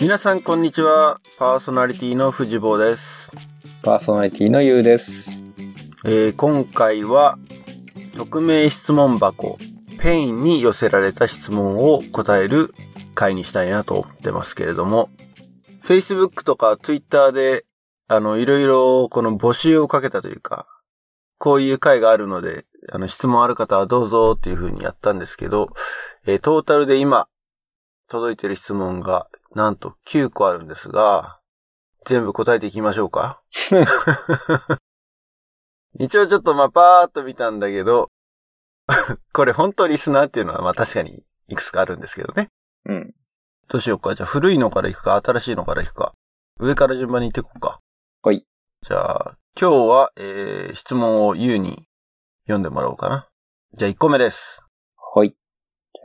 皆さんこんにちはパーソナリティの藤坊です、パーソナリティのゆうです。えー今回は匿名質問箱ペインに寄せられた質問を答える回にしたいなと思ってますけれども Facebook とか Twitter であのいろいろこの募集をかけたというかこういう回があるのであの質問ある方はどうぞっていう風にやったんですけど、えートータルで今届いてる質問がなんと9個あるんですが全部答えていきましょう か一応ちょっとまあパーっと見たんだけど、 これ本当リスナーっていうのはまあ確かにいくつかあるんですけどね。うん。どうしようか。じゃあ古いのからいくか、新しいのからいくか。上から順番にいっていこうか。はい。じゃあ、今日は、えー、質問をゆうに読んでもらおうかな。じゃあ1個目です。はい。じ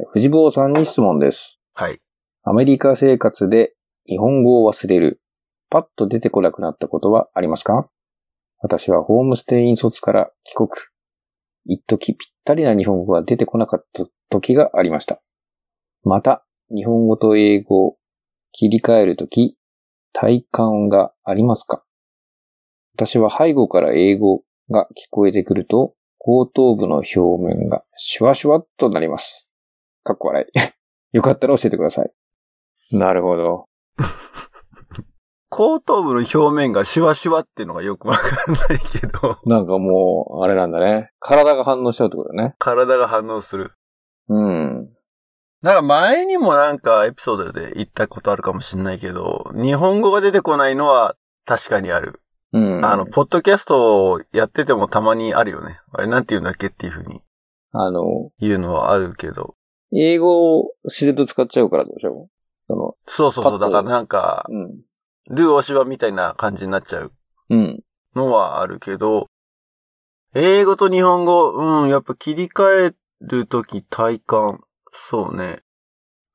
ゃあ藤坊さんに質問です。はい。アメリカ生活で日本語を忘れる。パッと出てこなくなったことはありますか私はホームステイン卒から帰国。一時ぴったりな日本語が出てこなかった時がありました。また、日本語と英語を切り替えるとき、体感がありますか私は背後から英語が聞こえてくると、後頭部の表面がシュワシュワっとなります。かっこ笑い。よかったら教えてください。なるほど。後頭部の表面がシュワシュワっていうのがよくわかんないけど、なんかもう、あれなんだね。体が反応しちゃうってことだね。体が反応する。うん。なんか前にもなんかエピソードで言ったことあるかもしんないけど、日本語が出てこないのは確かにある。うん。あの、、ポッドキャストをやっててもたまにあるよね。あれなんて言うんだっけっていうふうにあの、言うのはあるけど。英語を自然と使っちゃうからどうしよう。その、そうそうそう。パだッとからなんか、うん。ルーおしばみたいな感じになっちゃううん。のはあるけど、英語と日本語、うん、やっぱ切り替えるとき体感。そうね。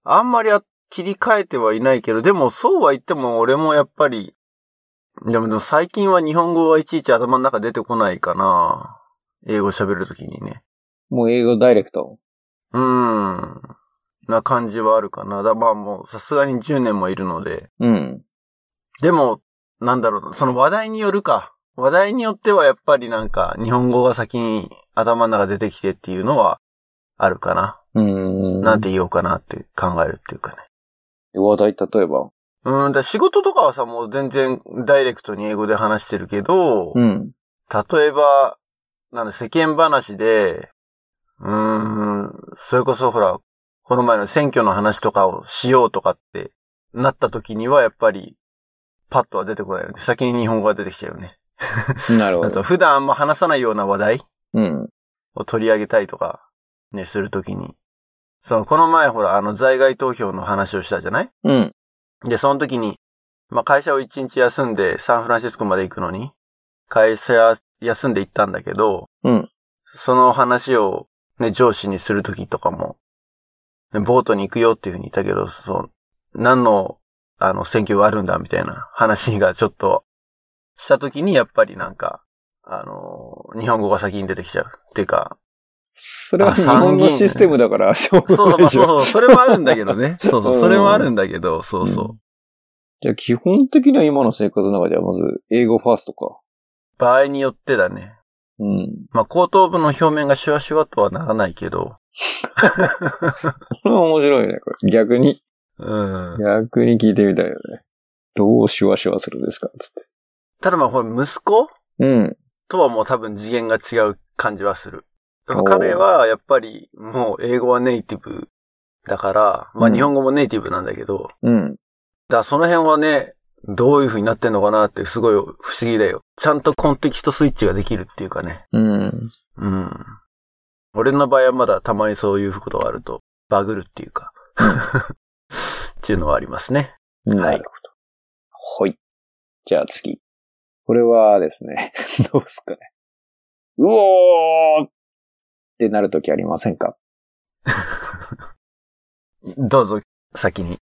あんまりあ切り替えてはいないけど、でもそうは言っても俺もやっぱり、でもでも最近は日本語はいちいち頭の中出てこないかな。英語喋るときにね。もう英語ダイレクト。うーん。な感じはあるかな。だまあもうさすがに10年もいるので。うん。でも、なんだろうな、その話題によるか。話題によってはやっぱりなんか日本語が先に頭の中出てきてっていうのはあるかな。うん。なんて言おうかなって考えるっていうかね。話題、例えば。うーん、だから仕事とかはさ、もう全然ダイレクトに英語で話してるけど、うん。例えば、なんだ、世間話で、うーん、それこそほら、この前の選挙の話とかをしようとかってなった時にはやっぱり、パッとは出てこないよね。先に日本語が出てきちゃうよね。なるあほとど。普段あんま話さないような話題うん。を取り上げたいとか、ね、するときに。その、この前ほら、あの、在外投票の話をしたじゃないうん。で、その時に、まあ、会社を一日休んでサンフランシスコまで行くのに、会社休んで行ったんだけど、うんその話をね、上司にする時とかも、ねボートに行くよっていうふうに言ったけど、そう、何の、あの、選挙があるんだみたいな話がちょっと、した時にやっぱりなんか、あの、日本語が先に出てきちゃう。っていうか、それは日本語システムだ から、しょうそうそがう、なまいあでしそうょ。そう、それもあるんだけどね。そうそうう、んそれもあるんだけど、そうそう。じゃあ基本的な今の生活の中ではまず英語ファーストか。場合によってだね。うん。まあ、後頭部の表面がシュワシュワとはならないけど。これは面白いね、これ。逆に、うん。逆に聞いてみたいよね。どうシュワシュワするんですかつって。ただまあ、これ息子うん。とはもう多分次元が違う感じはする。やっぱおー彼はやっぱりもう英語はネイティブだから、まあうん日本語もネイティブなんだけど、だかうん。らその辺はね、どういう風になってんのかなってすごい不思議だよ。ちゃんとコンテキストスイッチができるっていうかね。うん。うん。俺の場合はまだたまにそういうことがあると、バグるっていうか、 っていうのはありますね。なるほど。はい。じゃあ次。これはですね、 どうすかね。うおーってなるときありませんかどうぞ、先 に。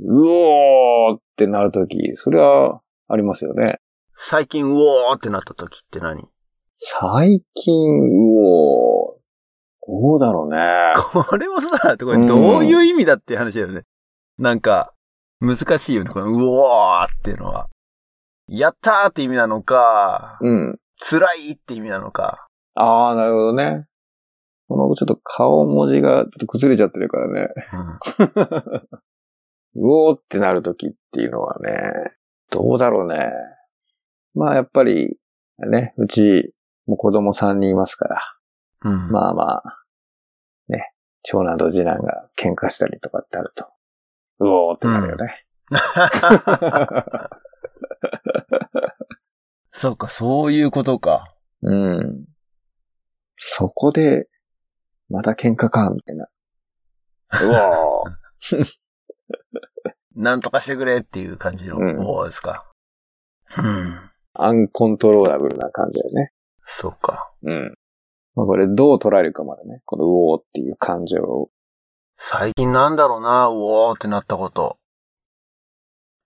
うおーってなるとき、それはありますよね。最近、うおーってなった時って何最近、うおーどうだろうね。これもさ、これどういう意味だっていう話だよね。なんか、難しいよね。この、うおーっていうのは。やったーって意味なのか、うん。辛いって意味なのか。ああ、なるほどね。このちょっと顔文字がちょっと崩れちゃってるからね。うんうおーってなるときっていうのはね、どうだろうね。まあやっぱり、ね、うち、もう子供3人いますから、。うん。まあまあ、ね、長男と次男が喧嘩したりとかってあると、うおーってなるよね。そうか、そういうことか。うん。そこで、また喧嘩か、みたいな。うなんとかしてくれっていう感じの、うんおーですか。うん。おーアンコントローラブルな感じだよね。そうか。うん。まあこれどう捉えるかまでね。このうおーっていう感情を。最近なんだろうな、うおーってなったこと。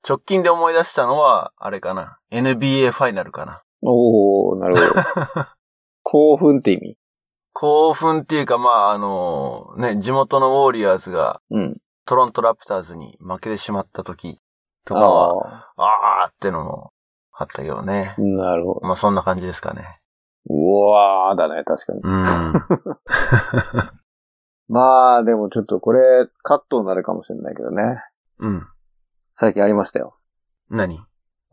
直近で思い出したのは、あれかな。NBA ファイナルかな。おー、なるほど。 興奮って意味。興奮っていうか、まあ、あのね、地元のウォーリアーズがうん。トロントラプターズに負けてしまった時とかは、あああーってのもあったけどね。ー、なるほど。まあ、そんな感じですかね。うわーだね、確かに。うん。まあ、でもちょっとこれ、カットになるかもしれないけどね。うん。最近ありましたよ。何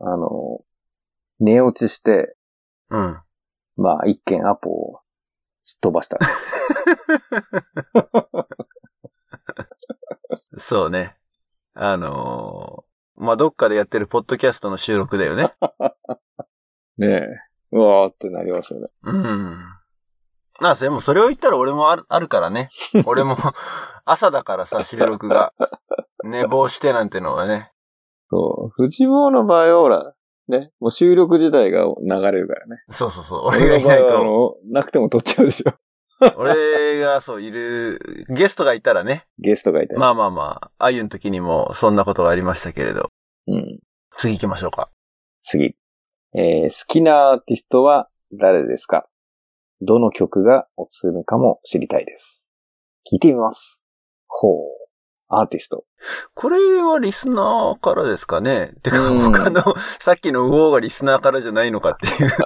あの、寝落ちして、うん。まあ、一件アポをすっ飛 ばした。そうね。あのーまあ、どっかでやってるポッドキャストの収録だよね。ねえ。うわーってなりますよね。うん。まあ、でもそれを言ったら俺もあるあるからね。俺も 朝だからさ、収録が。寝坊してなんてのはね。そう。藤坊の場合はほら、ね、もう収録自体が流れるからね。そうそうそう。俺 がいない俺と。の場合はあの、なくても撮っちゃうでしょ。俺がそういる、ゲストがいたらね。ゲストがいたり。まあまあまあ、あゆの時にもそんなことがありましたけれど。うん。次行きましょうか。次。えー好きなアーティストは誰ですかどの曲がおすすめかも知りたいです。聞いてみます。ほう。アーティスト。これはリスナーからですかねてか、うん他の、 さっきのウォーがリスナーからじゃないのかっていう。ち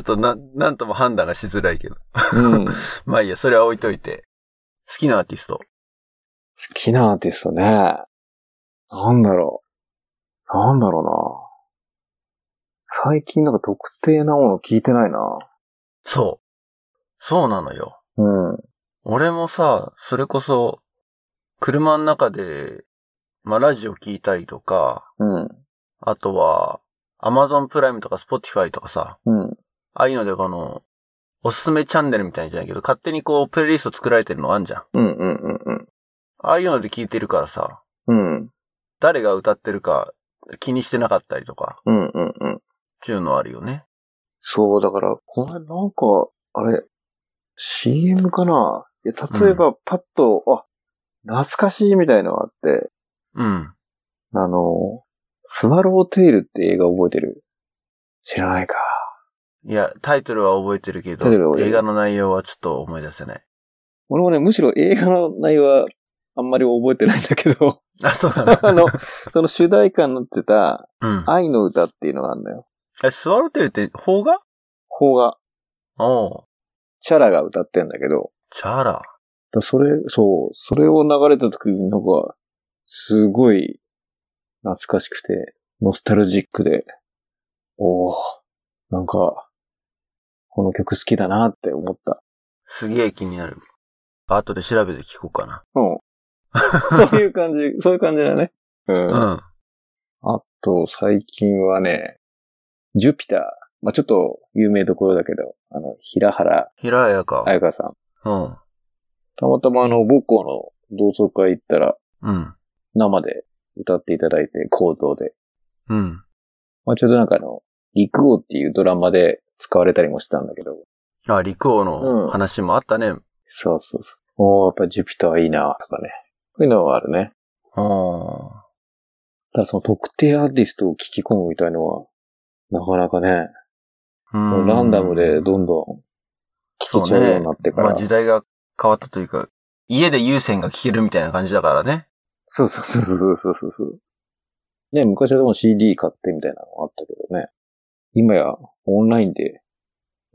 ょっとな、なんとも判断がしづらいけど。うん。 好まあいいや、それは置いといて。好きなアーティスト。きなアーティストね。なんだろう。なんだろうな。最近なんか特定なもの聞いてないな。そう。そうなのよ。うん。俺もさ、それこそ、車の中で、まあラジオ聞いたりとか、うん。あとは、Amazon プライムとか Spotify とかさ、うん。ああいうのでこの、おすすめチャンネルみたいなんじゃないけど、勝手にこう、プレイリスト作られてるのあんじゃん。うん。うん。うん。ああいうので聞いてるからさ、うん。誰が歌ってるか気にしてなかったりとか、うん。うん。うん。っていうのはあるよね。そう、だから、これなんか、あれ、CM かないや例えば、パッと、あ、懐かしいみたいのがあって、うん。あの、スワローテイルって映画覚えてる知らないか。いや、タイトルは覚えてるけどタイトルは、覚えて映る画の内容はちょっと思い出せない。俺もね、むしろ映画の内容はあんまり覚えてないんだけど、 あ、そうなんあだ。の、その主題歌になってたうん。愛の歌っていうのがあるんだよ。え、スワロテルって邦画邦がおう。チャラが歌ってんだけど、チャラ。だそれ、そう、それを流れた時になんか、すごい懐かしくて、ノスタルジックで、おおなんか、この曲好きだなって思 った。すげえ気になる。後で調べて聞こうかな。うん。そういう感じ、そういう感じだね。うん。あうん。と、最近はね、ジュピター。まあ、ちょっと有名どころだけど、あの、平原平彩か。彩香さん。うん。たまたまあの、母校の同窓会行ったら、うん。生で歌っていただいて、講堂で。うん。まあちょっとなんかあの、陸王っていうドラマで使われたりもしたんだけど。あ、陸王うんの話もあったね。そうそうそう。おー、やっぱジュピターはいいなとかね。そういうのはあるね。おーただその特定アーティストを聞き込むみたいのは、なかなかね、うん。ランダムでどんどん聞けちゃうようになってまから。あ時代が変わったというか、家で有線が聞けるみたいな感じだからね。そうそうそうそうそうそうそう。ね、昔はでも CD 買ってみたいなのもあったけどね。今やオンラインで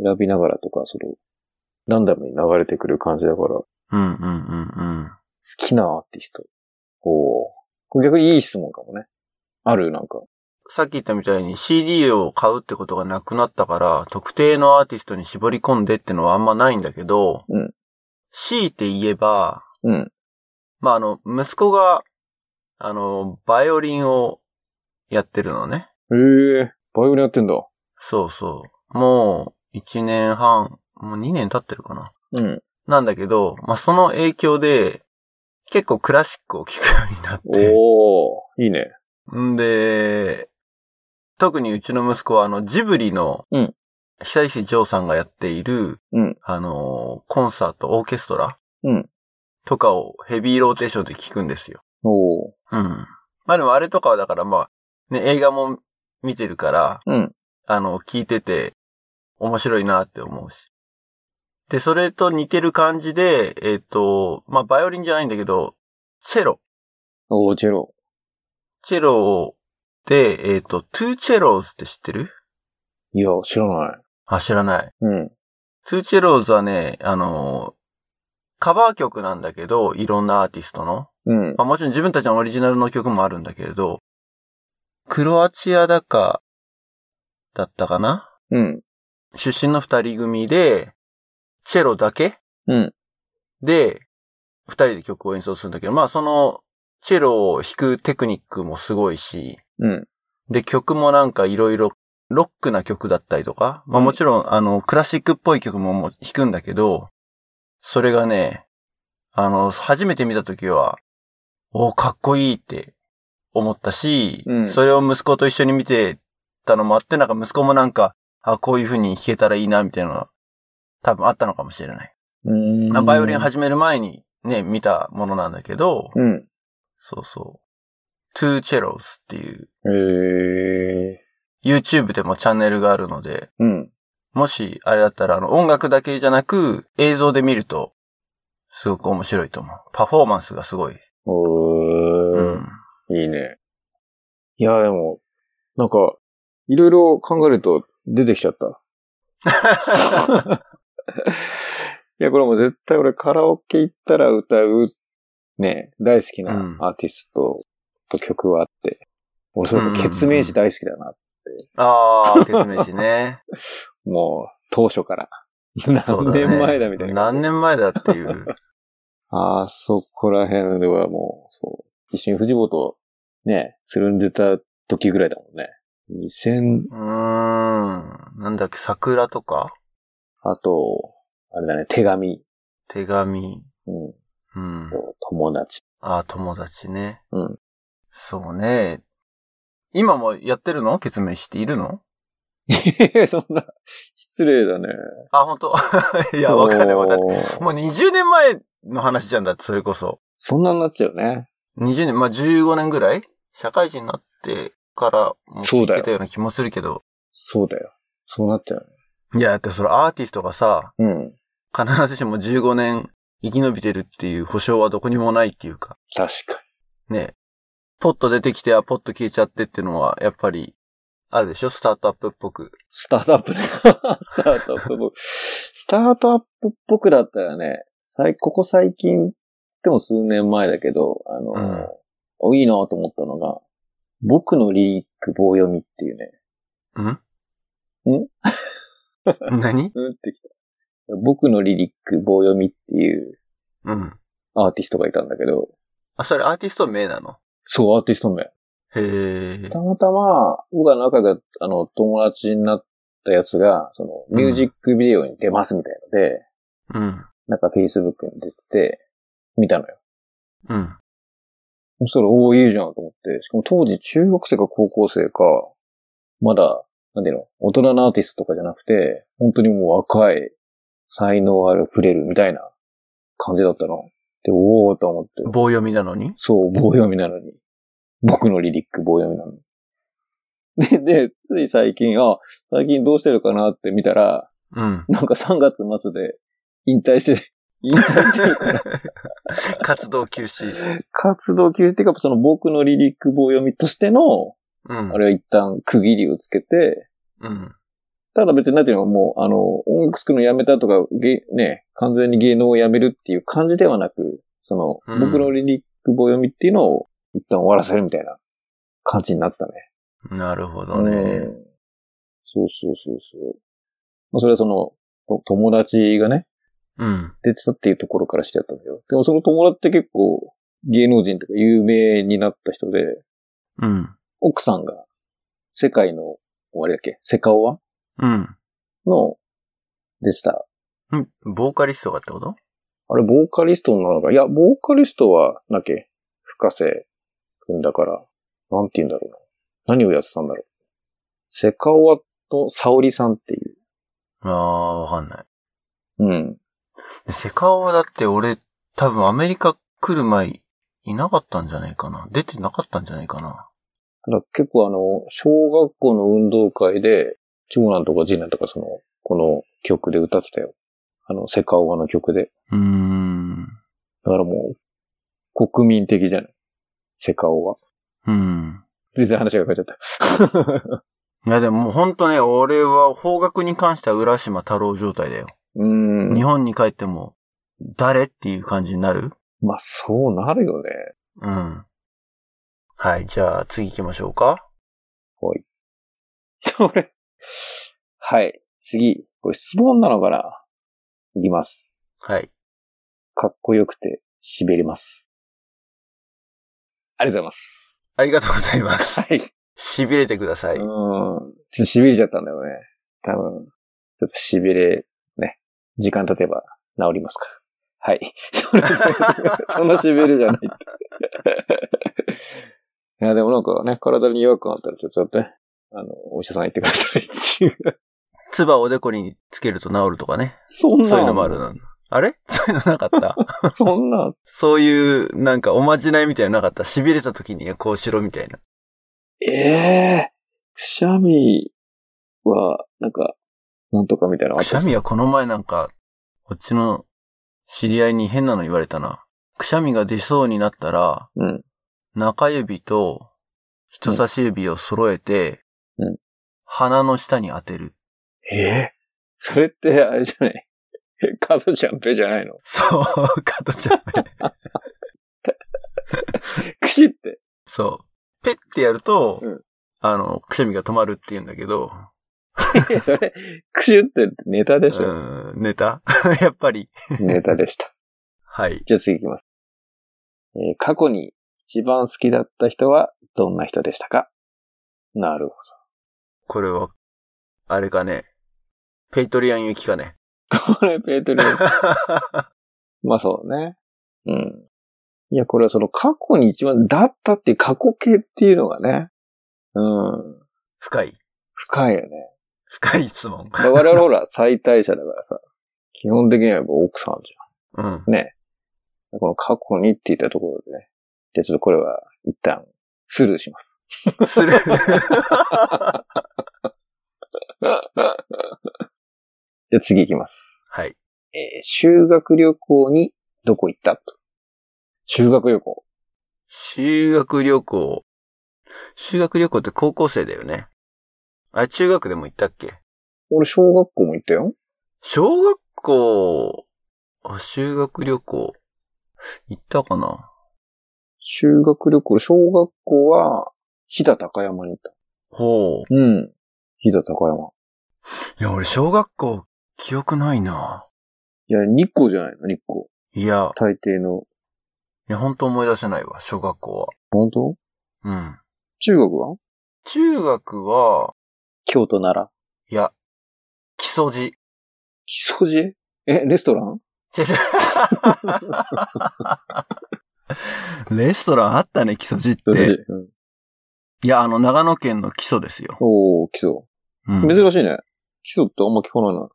選びながらとか、その、ランダムに流れてくる感じだから、好うんうんうんうん。きなアーティスト。おーこれ逆にいい質問かもね。あるなんか。さっき言ったみたいに CD を買うってことがなくなったから、特定のアーティストに絞り込んでってのはあんまないんだけど、うん強いて言えば、うん。まあ、あの、息子が、あの、バイオリンをやってるのね。ええバイオリンやってんだ。そうそう。もう、1年半、もう2年経ってるかな。うん。なんだけど、まあ、その影響で、結構クラシックを聴くようになって。おーいいね。んで、特にうちの息子はあの、ジブリの、うん久石譲さんがやっている、うんあの、コンサート、オーケストラうんとかをヘビーローテーションで聴くんですよ。おーうん。まあでもあれとかはだからまあ、ね、映画も見てるから、うん。あの、聞いてて、面白いなって思うし。で、それと似てる感じで、えっ、と、まあ、バイオリンじゃないんだけど、チェロ。おーチェロ。チェロで、えっ、と、トゥーチェローズって知ってるいや、知らない。あ、知らない。うん。トゥーチェローズはね、あのカバー曲なんだけど、いろんなアーティストの。うん。まあ、もちろん自分たちのオリジナルの曲もあるんだけれど、クロアチアだか、だったかなうん。出身の二人組で、チェロだけうん。で、二人で曲を演奏するんだけど、まあその、チェロを弾くテクニックもすごいし、うん。で、曲もなんかいろいろ、ロックな曲だったりとか、まあうんもちろん、あの、クラシックっぽい曲ももう弾くんだけど、それがね、あの、初めて見た時は、おーかっこいいって思ったし、うんそれを息子と一緒に見てたのもあって、なんか息子もなんか、あ、こういう風に弾けたらいいな、みたいなのが、多分あったのかもしれない。うまあん。バイオリン始める前にね、見たものなんだけど、うん。そうそう。Two Cellos っていう、ええ YouTube でもチャンネルがあるので、うん。もしあれだったらあの音楽だけじゃなく映像で見ると、すごく面白いと思う。パフォーマンスがすごい。おうーん。いいね。いや、でも、なんか、いろいろ考えると出てきちゃった。 いや、これもう絶対俺カラオケ行ったら歌う、ね、大好きなうんアーティストと曲はあって、俺それこそケツメイシ大好きだな。あー、鉄飯ね。もう、当初から。 何ね年前だみたいな。何年前だっていう。あそこら辺ではもう、そう。一緒に藤本とね、つるんでた時ぐらいだもんね。2000、うーん。なんだっけ、桜とかあと、あれだね、手紙。手紙。うん。うん。友達。あー、友達ね。うん。そうね。今もやってるの決明しているの そんな、失礼だね。あ、本当 いや、わかるわかる。おーもう20年前の話じゃんだって、それこそ。そんなになっちゃうね。 20年、まあ15年ぐらい社会人になってからもそうだ聞けよたような気もするけど。そうだよ。そうなっちゃういや、だってそれアーティストがさ、ね。うん。必ずしも15年生き延びてるっていう保証はどこにもないっていうか、確かね。ポッと出てきて、あ、ポッと消えちゃってっていうのは、やっぱり、あるでしょスタートアップっぽく。に。スタートアップね。 スタートアップ僕スタートアップっぽくだったらね、最ここ最近、でも数年前だけど、あの、うんおいいなと思ったのが、僕のリリック棒読みっていうね。んん 何うんってきた。僕のリリック棒読みっていううん。アーティストがいたんだけど、あ、それアーティスト名なのそう、アーティスト名。へえた。またま、僕が仲が、あの、友達になったやつが、その、ミュージックビデオに出ますみたいので、うん。なんか Facebook に出てて、見たのよ。うん。そしたら、おーいいじゃんと思って、しかも当時中学生か高校生か、まだ、なんていうの、大人のアーティストとかじゃなくて、本当にもう若い、才能ある、触れるみたいな感じだったの。で、おーと思って、棒読みなのにそう、棒読みなのに。僕のリリック棒読みなのに。で、で、つい最近、あ、最近どうしてるかなって見たら、うん。なんか3月末で引退して 活動休止。活動休止っていうか、その僕のリリック棒読みとしての、うん。あれは一旦区切りをつけて、うん。ただ別になんていうのもう、あの、音楽作るのやめたとか、げね、完全に芸能をやめるっていう感じではなく、その、うん僕のリリック棒読みっていうのを一旦終わらせるみたいな感じになってたね。なるほどねう。んそうそうそうそう。まあ、それはその、と友達がね、うん。出てたっていうところからしてやったんだけど。でもその友達って結構、芸能人とか有名になった人で、うん。奥さんが、世界の終わりだっけセカオワうん。の、でした。うんボーカリストがってことあれ、ボーカリストなのかいや、ボーカリストは、なっけ深瀬くんだから、なんて言うんだろうな。何をやってたんだろう。セカオワとサオリさんっていう。ああ、わかんない。うん。セカオワだって俺、多分アメリカ来る前、いなかったんじゃないかな。出てなかったんじゃないかな。ただ結構あの、小学校の運動会で、長男とか次男とかその、この曲で歌ってたよ。あの、セカオワの曲で。うーん。だからもう、国民的じゃない。セカオワ。うん。全然話が変えちゃった。いやでももうほんとね、俺は方角に関しては浦島太郎状態だよ。うーん。日本に帰っても、誰っていう感じになるまあ、そうなるよね。うん。はい、じゃあ次行きましょうか。それ。はい。次。これ質問なのかないきます。はい。かっこよくて、痺れます。ありがとうございます。ありがとうございます。はい。痺れてください。うん。ちょっと痺れちゃったんだよね。多分、ちょっと痺れ、ね。時間経てば治りますから。はい。 それそんな痺れじゃない って。いや、でもなんかね、体に違和感あったら、ちょっとやって、あの、お医者さん行ってくださいっていう。唾をおでこにつけると治るとかね。そんなそういうのもあるな。あれそういうのなかった そんな、そういう、なんかおまじないみたいなのなかった痺れた時にこうしろみたいな。ええくしゃみは、なんか、なんとかみたいなのあくっしたゃみはこの前なんか、こっちの知り合いに変なの言われたな。くしゃみが出そうになったら、うん。中指と人差し指を揃えて、うん鼻の下に当てる。ええそれって、あれじゃない カズちゃんペじゃないの そう、加トちゃんね。くしって。そう。ペッてやると、うんあの、くしゃみが止まるって言うんだけど、いやそれ、クシュってネタでしょ、うん、ネタ やっぱり。ネタでした。 はい。じゃあ次行きます。えー過去に一番好きだった人はどんな人でしたかなるほこれは、あれかね。ペイトリアン行きかね。ど。これ、ペートリアまあそうね。うん。いや、これはその過去に一番だったっていう過去形っていうのがね、うん、深い。深いよね。深い質問。だから我々ほら、最大者だからさ、基本的にはやっぱ奥さんじうん。ゃん。ね。この過去にって言ったところでね。じゃあちょっとこれは一旦スルーしますす る。じゃあ次行きます。はい。えー修学旅行にどこ行ったと。修学旅行。修学旅行。修学旅行って高校生だよね。あ、中学でも行ったっけ俺、小学校も行ったよ。小学校、あ、修学旅行、行ったかな修学旅行、小学校は、飛騨高山に行った。ほう。うん。飛騨高山。いや、俺小学校、記憶ないな。いや、日光じゃないの、日光。いや、大抵の。いや、本当思い出せないわ、小学校本当は。うん。中国は中学は、京都なら。いや、基礎寺。木曽路え、レストラン違う違うレストランあったね、基礎寺って。うん。いや、あの、長野県の基礎ですよ。おー、木曽。うん珍しいね。木曽ってあんま聞かないな。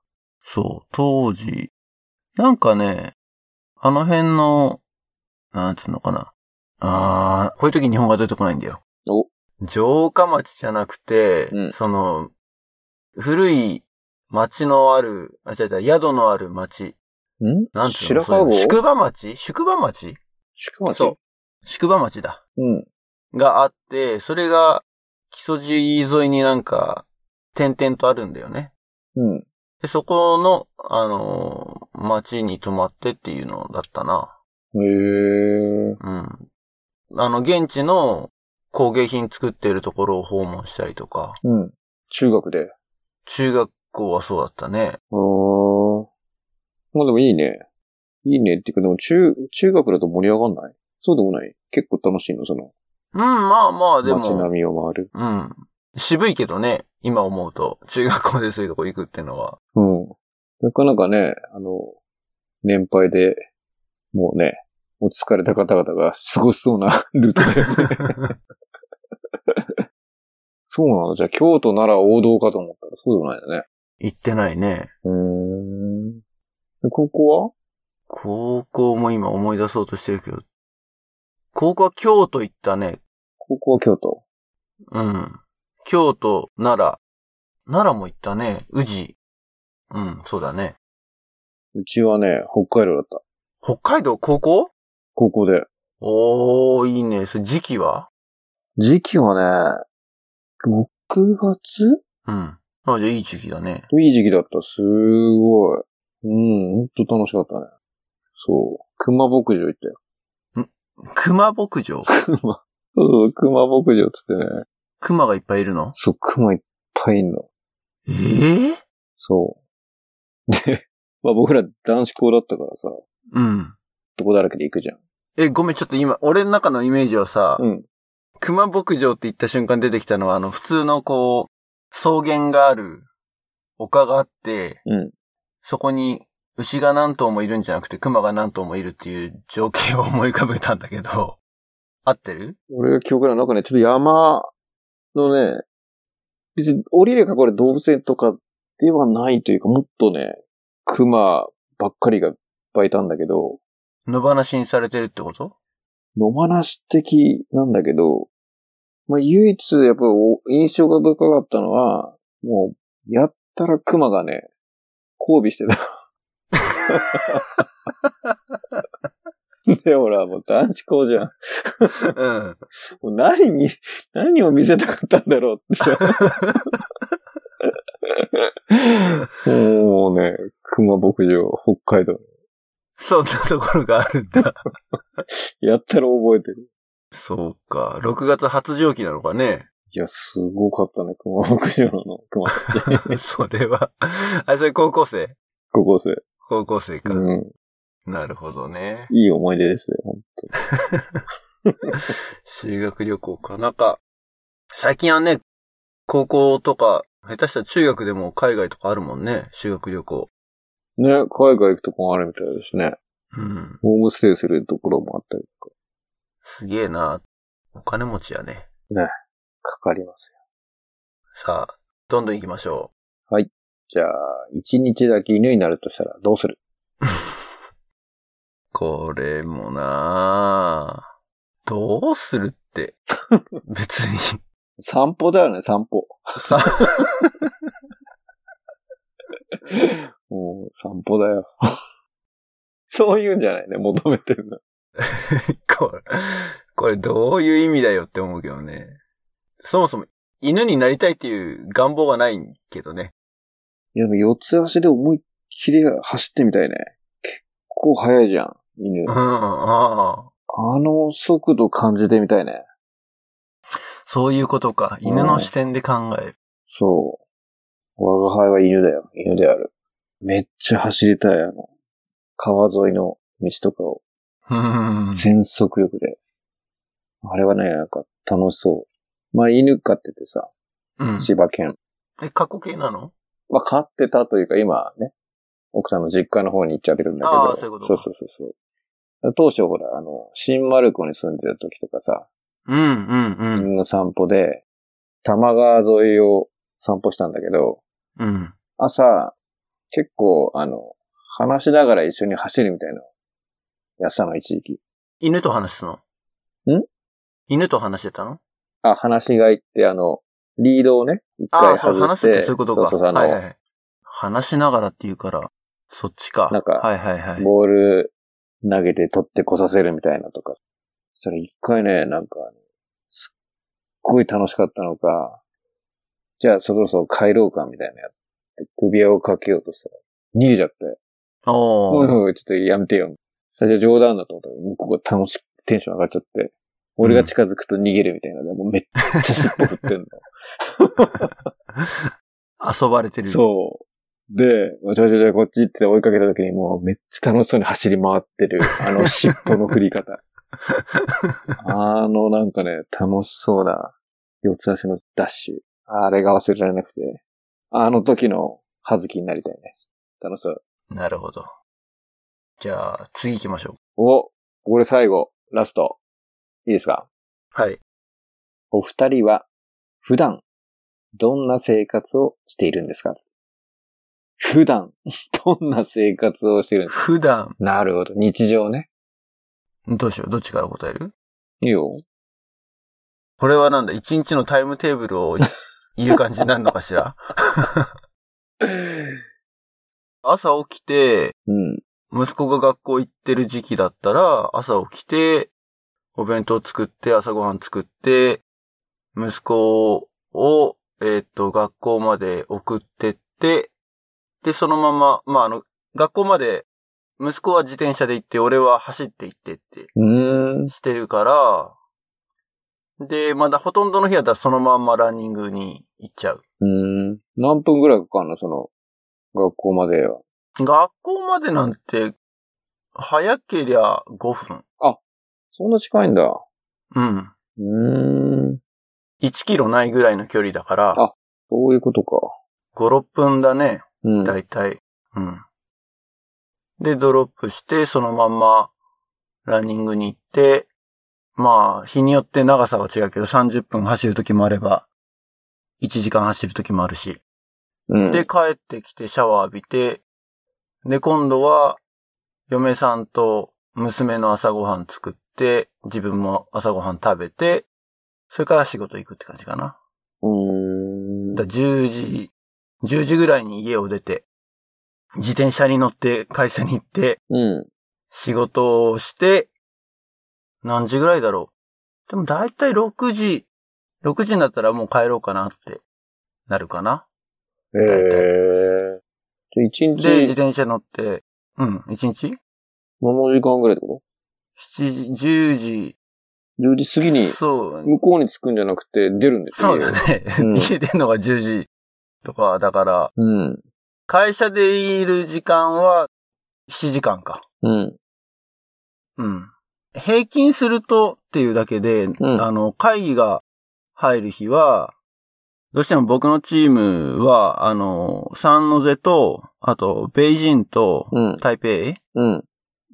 そう、当時、なんかね、あの辺の、なんつうのかな。あー、こういう時日本が出てこないんだよ。お城下町じゃなくて、うんその、古い町のある、あ、違う違う、宿のある町んなんつう白の川郷そういうの宿場町宿場町宿泊そう。宿場町だ。うん。があって、それが、木曽路沿いになんか、点々とあるんだよね。うん。で、そこの、あのー町に泊まってっていうのだったな。へえ。うん。あの、現地の工芸品作ってるところを訪問したりとか、うん。中学で。中学校はそうだったね。おー。まあでもいいね。いいねっていうか、でも中、中学だと盛り上がんないそうでもない結構楽しいのその、うん、まあまあ、で街も、並みを回る。うん。渋いけどね、今思うと、中学校でそういうとこ行くってのは。うん。なかなかね、あの、年配で、もうね、お疲れた方々が過ごしそうな ルートだよね。そうなのじゃあ、京都なら王道かと思ったら、そうでもないんだね。行ってないね。うーん。で高校は高校も今思い出そうとしてるけど、高校は京都行ったね。高校は京都。うん。京都、奈良。奈良も行ったね。宇治。うん、そうだね。うちはね、北海道だった。北海道高校高校で。おー、いいね。それ時期は時期はね、6月うん。あ、じゃあいい時期だね。いい時期だった。すごい。うん、ほんと楽しかったね。そう。熊牧場行ったよ。熊牧場。熊。そうそう、熊牧場っつってね。熊がいっぱいいるのそう、熊いっぱいいんの。ええそう。で、まあ僕ら男子校だったからさ、うん。男だらけで行くじゃん。え、ごめん、ちょっと今、俺の中のイメージはさ、うん。熊牧場って言った瞬間出てきたのは、あの、普通のこう、草原がある、丘があって、うん。そこに牛が何頭もいるんじゃなくて熊が何頭もいるっていう情景を思い浮かべたんだけど、 合ってる俺が記憶の中ね、ちょっと山のね、別に降りるかこれ動物園とかではないというか、もっとね、熊ばっかりがいっぱいいたんだけど、野放しにされてるってこと野放し的なんだけど、まあ、唯一やっぱりお印象が深かったのは、もう、やったら熊がね、交尾してた。で、ほら、もう男子校じゃん。うん。も う何に、何を見せたかったんだろうって。もうね、熊牧場、北海道。そんなところがあるんだ。 やったら覚えてる。そうか。6月発情期なのかね。 いや、すごかったね、熊牧場の熊。それは。あ、それ高校生高校生。高校生か。うん。なるほどね。いい思い出ですね。ほん修学旅行かなんか。最近はね、高校とか、下手したら中学でも海外とかあるもんね。修学旅行。ね、海外行くとこもあるみたいですね。うん。ホームステイするところもあったりとか。すげえな。お金持ちやね。かかりますよ。さあ、どんどん行きましょじゃあ、一日だけ犬になるとしたらどうするう。これもなあどうするって。別に。散歩だよね、散歩。さ、もう、散歩だよ。 そういうんじゃないね、求めてるの。これ、これどういう意味だよって思うけどね。そもそも犬になりたいっていう願望がないけどね。いや、でも四つ足で思いっきり走ってみたいね。結構速いじゃん、犬うん、。ああ。あの速度感じてみたいね。そういうことか。うん犬の視点で考える。そう。我が輩は犬だよ。犬である。めっちゃ走りたい、あの、川沿いの道とかをうん。全速力で。あれはね、なんか楽しそう。まあ、犬飼っててさ、うん千葉県。え、過去形なのまあ、飼ってたというか、今ね、奥さんの実家の方に行っちゃってるんだけど。あーそういうことそうかそうそうそう。当初ほら、あの、新丸子に住んでた時とかさ、うん、うん、うん。犬の散歩で、多摩川沿いを散歩したんだけど、うん。朝、結構、あの、話しながら一緒に走るみたいな。やってたの、一時期。犬と話すのん犬と話してたのあ、話しがいって、あの、リードをね、一ああ、回そう、外話しすってて。そういうことか。そうそうあの、はいはいはい。話しながらって言うから、そっちか。なんかはいはいはい。ボール投げて取ってこさせるみたいなとか。それ一回ね、なんか、すっごい楽しかったのか、じゃあそろそろ帰ろうかみたいなやつ。首輪をかけようとしたら、逃げちゃって、おおいー。おい、ちょっとやめてよ。最初冗談だと思ったら、向こうが楽しくテンション上がっちゃって、俺が近づくと逃げるみたいなので、もうめっちゃ尻尾振ってんの。遊ばれてる。そう。で、わちゃわちゃわちゃこっち行って追いかけた時にもうめっちゃ楽しそうに走り回ってる、あの尻尾の振り方。あのなんかね、楽しそうな四つ足のダッシュ。あれが忘れられなくて、あの時の葉月になりたいね。楽しそう。なるほど。じゃあ、次行きましょう。お、これ最後、ラスト。いいですかはい。お二人は普段どんな生活をしているんですか普段どんな生活をしているんですか普段、なるほど。日常ね。どうしようどっちから答えるいいよ。これはなんだ一日のタイムテーブルを言う感じになるのかし ら朝起きて、うん。息子が学校行ってる時期だったら、朝起きて、お弁当作って、朝ごはん作って、息子を、えーっと、学校まで送ってって、で、そのまま、まあ、あの、学校まで、息子は自転車で行って、俺は走って行ってってうーん。してるから、で、まだほとんどの日はだそのまんまランニングに行っちゃう。うーん。何分ぐらいかかるのその、学校までは。学校までなんて、早けりゃ5分。そんな近いんだ。うん。うーん。 1キロないぐらいの距離だからあ、そういうことか。 5、6分だね、うん。だいたい。うん。で、ドロップして、そのまんま、ランニングに行って、まあ、日によって長さは違うけど、30分走るときもあれば、1時間走るときもあるし。うん、で、帰ってきてシャワー浴びて、で、今度は、嫁さんと娘の朝ごはん作って、自分も朝ごはん食べて、それから仕事行くって感じかな。うーん。だ10時、10時ぐらいに家を出て、自転車に乗って会社に行って、うん。仕事をして、何時ぐらいだろう。でもだいたい6時、6時になったらもう帰ろうかなって、なるかな。えー。じゃあ一で、自日、転車乗って、うん、1日7時間ぐらいってこ7時、10時、と ?10 時過ぎにそう、向こうに着くんじゃなくて、出るんですそうだ。ね。うん家出るのが10時とか、だから、うん。会社でいる時間は7時間か。うん。うん。平均するとっていうだけで、んあの、会議が入る日は、どうしても僕のチームは、あの、サンノゼと、あと、ベイジンと、うん。台北うん。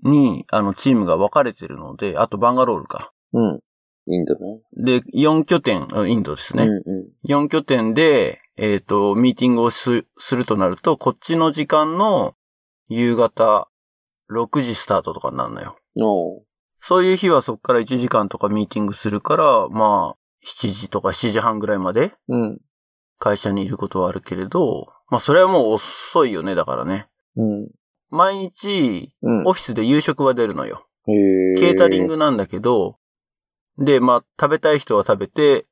に、あの、チームが分かれてるので、あと、バンガロールか。うん。インドで、ね。4拠点、うんインドですね。う4拠点で、えっ、と、ミーティングをすするとなると、こっちの時間の夕方6時スタートとかになるのよ。ん。の、そういう日はそっから1時間とかミーティングするから、まあ、7時とか7時半ぐらいまでうん。会社にいることはあるけれど、まあそれはもう遅いよね、だからね。うん。毎日、うん。オフィスで夕食は出るのよ。へケータリン。グなんだけど、で、まあ、食べたい人は食べて、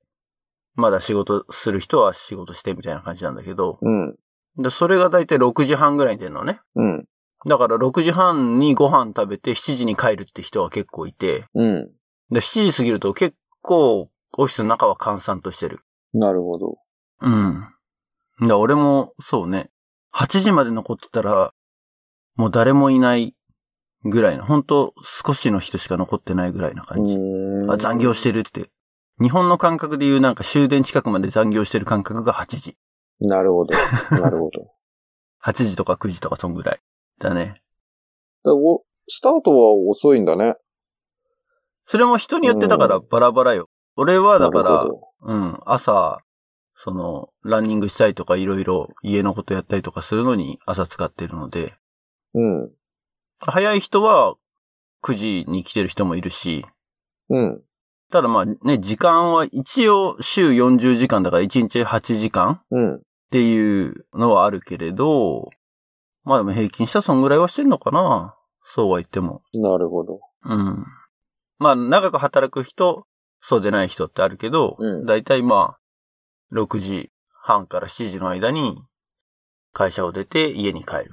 まだ仕事する人は仕事してみたいな感じなんだけど、うん。でそれがだいたい6時半ぐらいに出るのね。うん。だから6時半にご飯食べて7時に帰るって人は結構いて、うん。で、7時過ぎると結構オフィスの中は閑散としてる。なるほど。うん。だから俺も、そうね、8時まで残ってたら、もう誰もいないぐらいの、ほんと少しの人しか残ってないぐらいな感じ。うーあん残業してるって。日本の感覚で言うなんか終電近くまで残業してる感覚が8時。なる ほど。なるほど。 8時とか9時とかそんぐらい。だね。だおスタートは遅いんだね。それも人によってだからバラバラよ。俺はだかならる、ほうん、朝、その、ランニングしたりとかいろいろ家のことやったりとかするのに朝使ってるので、ど。うん。早い人は9時に来てる人もいるし、うん。ただまあね、時間は一応週40時間だから1日8時間うん。っていうのはあるけれど、まあでも平均したらそんぐらいはしてんのかなそうは言っても。なるほど。うん。まあ、長く働く人、そうでない人ってあるけど、うんだいたいまあ、6時半から7時の間に、会社を出て家に帰る。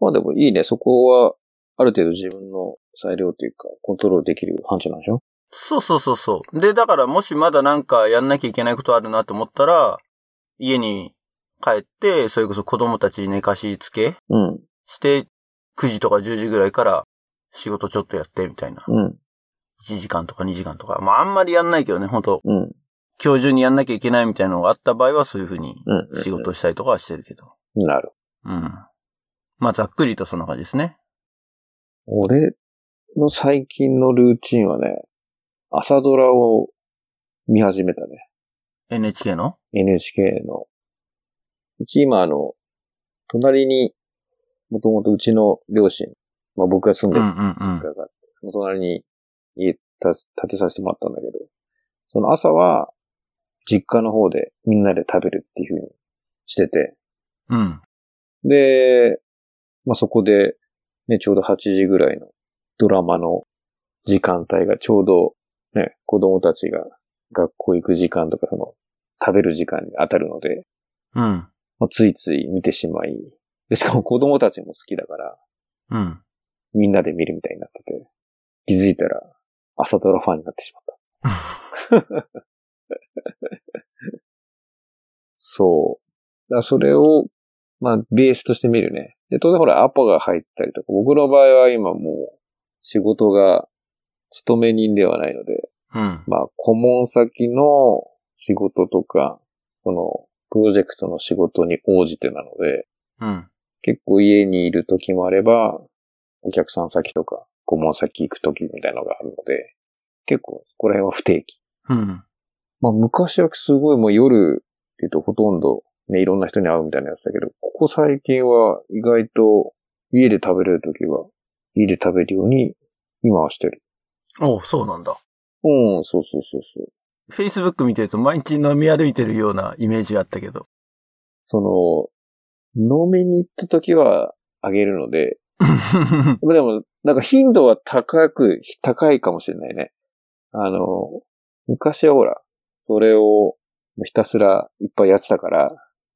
まあでもいいね。そこは、ある程度自分の裁量というか、コントロールできる範疇なんでしょそうそうそうそう。で、だからもしまだなんかやんなきゃいけないことあるなと思ったら、家に帰って、それこそ子供たち寝かしつけうん。して、9時とか10時ぐらいから仕事ちょっとやってみたいな。うん。 1時間とか2時間とか。まああんまりやんないけどね、本当うん。今日中にやんなきゃいけないみたいなのがあった場合はそういうふうにうん。仕事したりとかはしてるけど。なる。うん。まあざっくりとそんな感じですね。俺の最近のルーチンはね、朝ドラを見始めたね。 NHK の NHK の。うち今あの、隣に、もともとうちの両親、まあ僕が住んうでんうるんうん。があって、その隣に家建て建てさせてもらったんだけど、その朝は、実家の方でみんなで食べるっていう風にしてて、うん。で、まあ、そこで、ね、ちょうど8時ぐらいのドラマの時間帯がちょうど、ね、子供たちが学校行く時間とか、その、食べる時間に当たるので、うん。まあ、ついつい見てしまい、で、しかも子供たちも好きだから、うん。みんなで見るみたいになってて、気づいたら、朝ドラファンになってしまった。そう。だからそれを、まあ、ベースとして見るね。で、当然ほら、アポが入ったりとか、僕の場合は今もう、仕事が、勤め人ではないので、うん。まあ、顧問先の仕事とか、その、プロジェクトの仕事に応じてなので、うん。結構家にいる時もあれば、お客さん先とか、顧問先行く時みたいなのがあるので、結構そこら辺は不定期。うん。まあ昔はすごいもう夜っていうとほとんどね、いろんな人に会うみたいなやつだけど、ここ最近は意外と家で食べれる時は家で食べるように今はしてる。おうそうなんだ。うん、そうそうそうそう。 Facebook 見てると毎日飲み歩いてるようなイメージがあったけど。 その、飲みに行った時はあげるので、でも、なんか頻度は高く、高いかもしれないね。あの、昔はほら、それをひたすらいっぱいやってたから、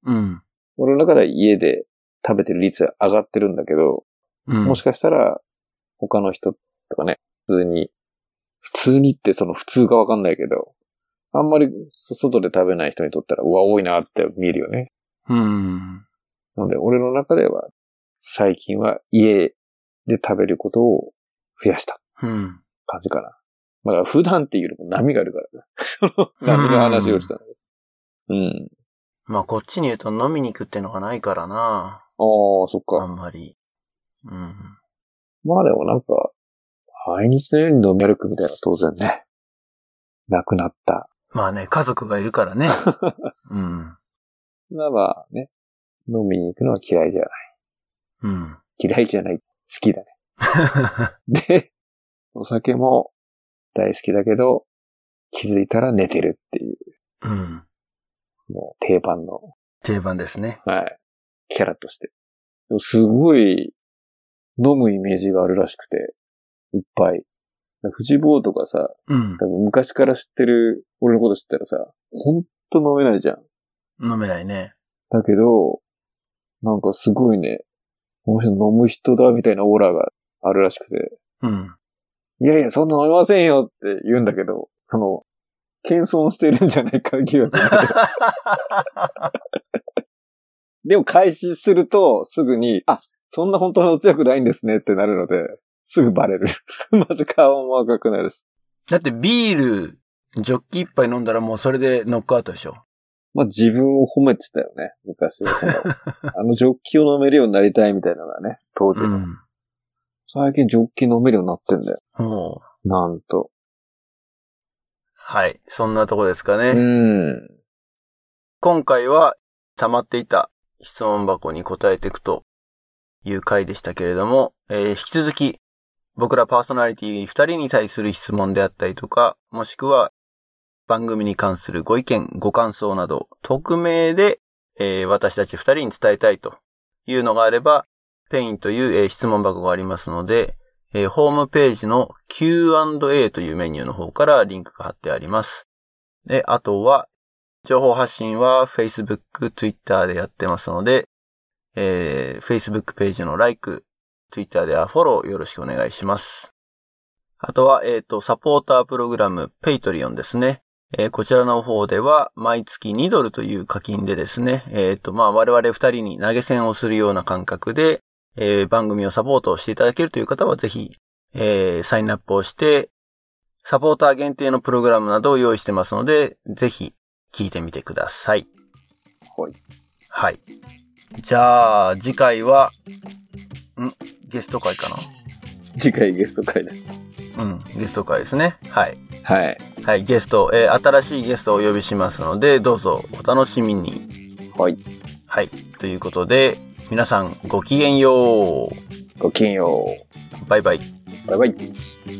うん。俺の中では家で食べてる率は上がってるんだけど、うん。もしかしたら他の人とかね、普通に、普通にってその普通かわかんないけど、あんまり外で食べない人にとったら、うわ、多いなって見えるよね。うん。なので、俺の中では、最近は家で食べることを増やした。うん。感じかな。まあだから普段っていうよりも波があるからね。 その波の話をしたんだけど。うん。まあこっちに言うと飲みに行くってのがないからな。ああ、そっあか。んまり。うん。まあでもなんか、毎日のように飲めるくみたいなのは当然ね。なくなった。まあね、家族がいるから ね。うん。ならね、飲みに行くのは嫌いじゃない。うん。 嫌いじゃない。好きだね。で、お酒も大好きだけど、気づいたら寝てるっていう、うん。もう定番の定番ですね。はい。キャラとして。でもすごい、飲むイメージがあるらしくて、いっぱい。フジボーとかさ、うん多。分昔から知ってる、俺のこと知ったらさ、ほんと飲めないじゃん。飲めないね。だけど、なんかすごいね、この人飲む人だみたいなオーラがあるらしくて、うん。 いやいや、そんな飲めませんよって言うんだけど、その、謙遜してるんじゃないか疑惑。でも開始すると、すぐに、あ、そんな本当に強くないんですねってなるので、すぐバレる。 まず顔も赤くなるし。だってビール、ジョッキ一杯飲んだらもうそれでノックアウトでしょ。まあ自分を褒めてたよね、 昔はその。あのジョッキを飲めるようになりたいみたいなのがね、当時。うん。最近ジョッキ飲めるようになってんだよ。もう。なんと。はい。そんなとこですかね。うん。今回は溜まっていた質問箱に答えていくという回でしたけれども、えー引き続き僕らパーソナリティ2人に対する質問であったりとか、もしくは番組に関するご意見、ご感想など、匿名で、えー私たち2人に伝えたいというのがあれば、ペインという、えー質問箱がありますので、えーホームページの Q&A というメニューの方からリンクが貼ってあります。で、あとは、情報発信は Facebook、Twitter でやってますので、えー Facebook ページの Like、Twitter ではフォローよろしくお願いします。あとは、えっ、と、サポータープログラム、Patreon ですね。えーこちらの方では、毎月2ドルという課金でですね、えっ、と、まあ、我々2人に投げ銭をするような感覚で、えー番組をサポートしていただけるという方は、ぜひ、えーサインアップをして、サポーター限定のプログラムなどを用意してますので、ぜひ、聞いてみてください。はい。はい。じゃあ、次回は、んゲスト会か次回ゲスト会です。なうん、ゲスト会ですね。はい。はい。はい、ゲスト、えー新しいゲストをお呼びしますので、どうぞお楽しみに。はい。はい、ということで、皆さんごきげんよう。ごきげんよバイバイ。う。バイバイ。